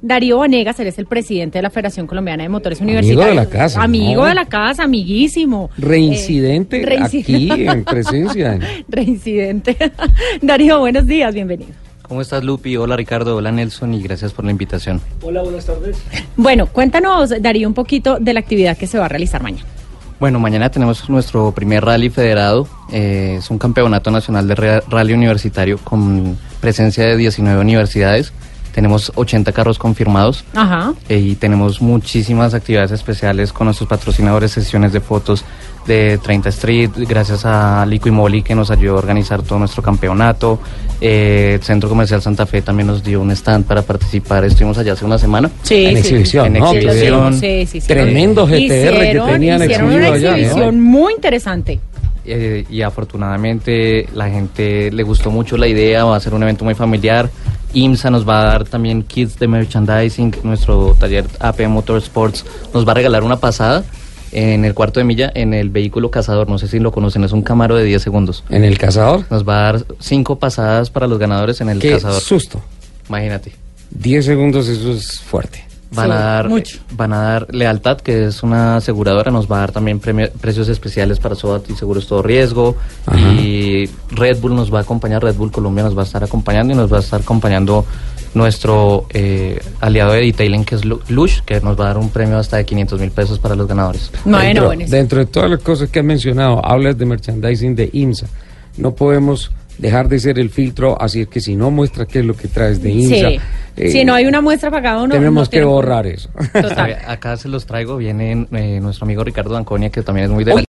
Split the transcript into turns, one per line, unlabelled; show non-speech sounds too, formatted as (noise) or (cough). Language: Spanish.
Darío Vanegas, él es el presidente de la Federación Colombiana de Motores
Amigo
Universitarios.
de la casa,
Amigo
¿no?
de la casa, amiguísimo.
Reincidente
Eh, reinci-
aquí en presencia.
(laughs) Reincidente. (laughs) Darío, buenos días, bienvenido.
¿Cómo estás, Lupi? Hola, Ricardo. Hola, Nelson. Y gracias por la invitación.
Hola, buenas tardes.
Bueno, cuéntanos, Darío, un poquito de la actividad que se va a realizar mañana.
Bueno, mañana tenemos nuestro primer rally federado. Eh, es un campeonato nacional de re- rally universitario con presencia de 19 universidades. Tenemos 80 carros confirmados.
Ajá.
eh, Y tenemos muchísimas actividades especiales con nuestros patrocinadores, sesiones de fotos de 30 Street, gracias a Lico y Moli que nos ayudó a organizar todo nuestro campeonato. Eh, el Centro Comercial Santa Fe también nos dio un stand para participar. Estuvimos allá hace una semana.
Sí,
En exhibición,
En
¿no?
exhibición.
Tuvieron
Sí, sí, sí.
Tremendo GTR
Hicieron,
que tenían
hicieron
exhibido
una
allá, ¿no?
exhibición muy interesante.
Eh, y afortunadamente la gente le gustó mucho la idea, va a ser un evento muy familiar. IMSA nos va a dar también kits de merchandising, nuestro taller AP Motorsports nos va a regalar una pasada en el cuarto de milla en el vehículo cazador, no sé si lo conocen, es un camaro de 10 segundos.
En el cazador.
Nos va a dar cinco pasadas para los ganadores en el
Qué
cazador.
susto.
Imagínate.
10 segundos, eso es fuerte.
Van
Sí,
a dar eh,
mucho.
van a dar Lealtad, que es una aseguradora, nos va a dar también premio- precios especiales para SOAT y seguros todo riesgo.
Ajá.
Y Red Bull nos va a acompañar, Red Bull Colombia nos va a estar acompañando y nos va a estar acompañando nuestro eh, aliado de detailing, que es Lu- Lush, que nos va a dar un premio hasta de 500 mil pesos para los ganadores.
Bueno,
dentro,
bueno. sí.
dentro de todas las cosas que has mencionado, hablas de merchandising de IMSA. No podemos dejar de ser el filtro, así es que si no muestras qué es lo que traes de IMSA.
Sí.
eh,
si no hay una muestra pagada, no.
tenemos
no
que borrar eso.
Total.
(laughs) Acá se los traigo, viene eh, nuestro amigo Ricardo Anconia, que también es muy de la